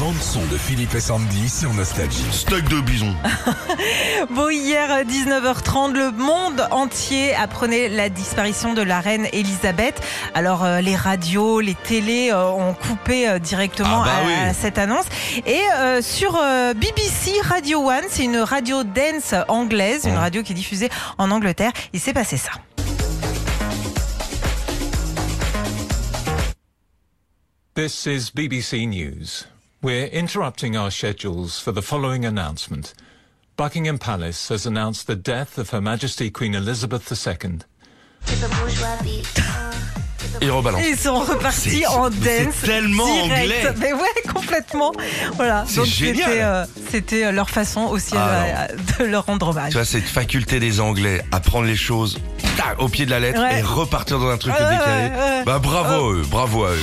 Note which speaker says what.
Speaker 1: bande son de Philippe et Sandy sur Nostalgie.
Speaker 2: Stock de bison.
Speaker 3: Bon, hier, euh, 19h30, le monde entier apprenait la disparition de la reine Elisabeth. Alors, euh, les radios, les télés euh, ont coupé euh, directement
Speaker 2: Ah bah
Speaker 3: à-
Speaker 2: oui.
Speaker 3: à, cette annonce. Et euh, sur euh, BBC Radio One, c'est une radio dance anglaise,
Speaker 2: Oh.
Speaker 3: une radio qui est diffusée en Angleterre, il s'est passé ça.
Speaker 4: This is BBC News. We're interrupting our schedules for the following announcement. Buckingham Palace has announced the death of Her Majesty Queen Elizabeth II.
Speaker 2: Il rebalance.
Speaker 3: Ils sont repartis
Speaker 2: C'est-
Speaker 3: en
Speaker 2: mais c'est
Speaker 3: dance.
Speaker 2: tellement
Speaker 3: direct.
Speaker 2: anglais.
Speaker 3: Mais ouais, complètement. Voilà.
Speaker 2: C'est
Speaker 3: Donc,
Speaker 2: génial.
Speaker 3: c'était, euh, C'était euh, leur façon aussi
Speaker 2: Ah,
Speaker 3: euh,
Speaker 2: alors.
Speaker 3: de leur rendre hommage.
Speaker 2: Tu vois, cette faculté des Anglais à prendre les choses tac, au pied de la lettre
Speaker 3: Ouais.
Speaker 2: et repartir dans un truc
Speaker 3: Ouais,
Speaker 2: décalé.
Speaker 3: ouais, ouais.
Speaker 2: Bah bravo à eux, bravo à eux.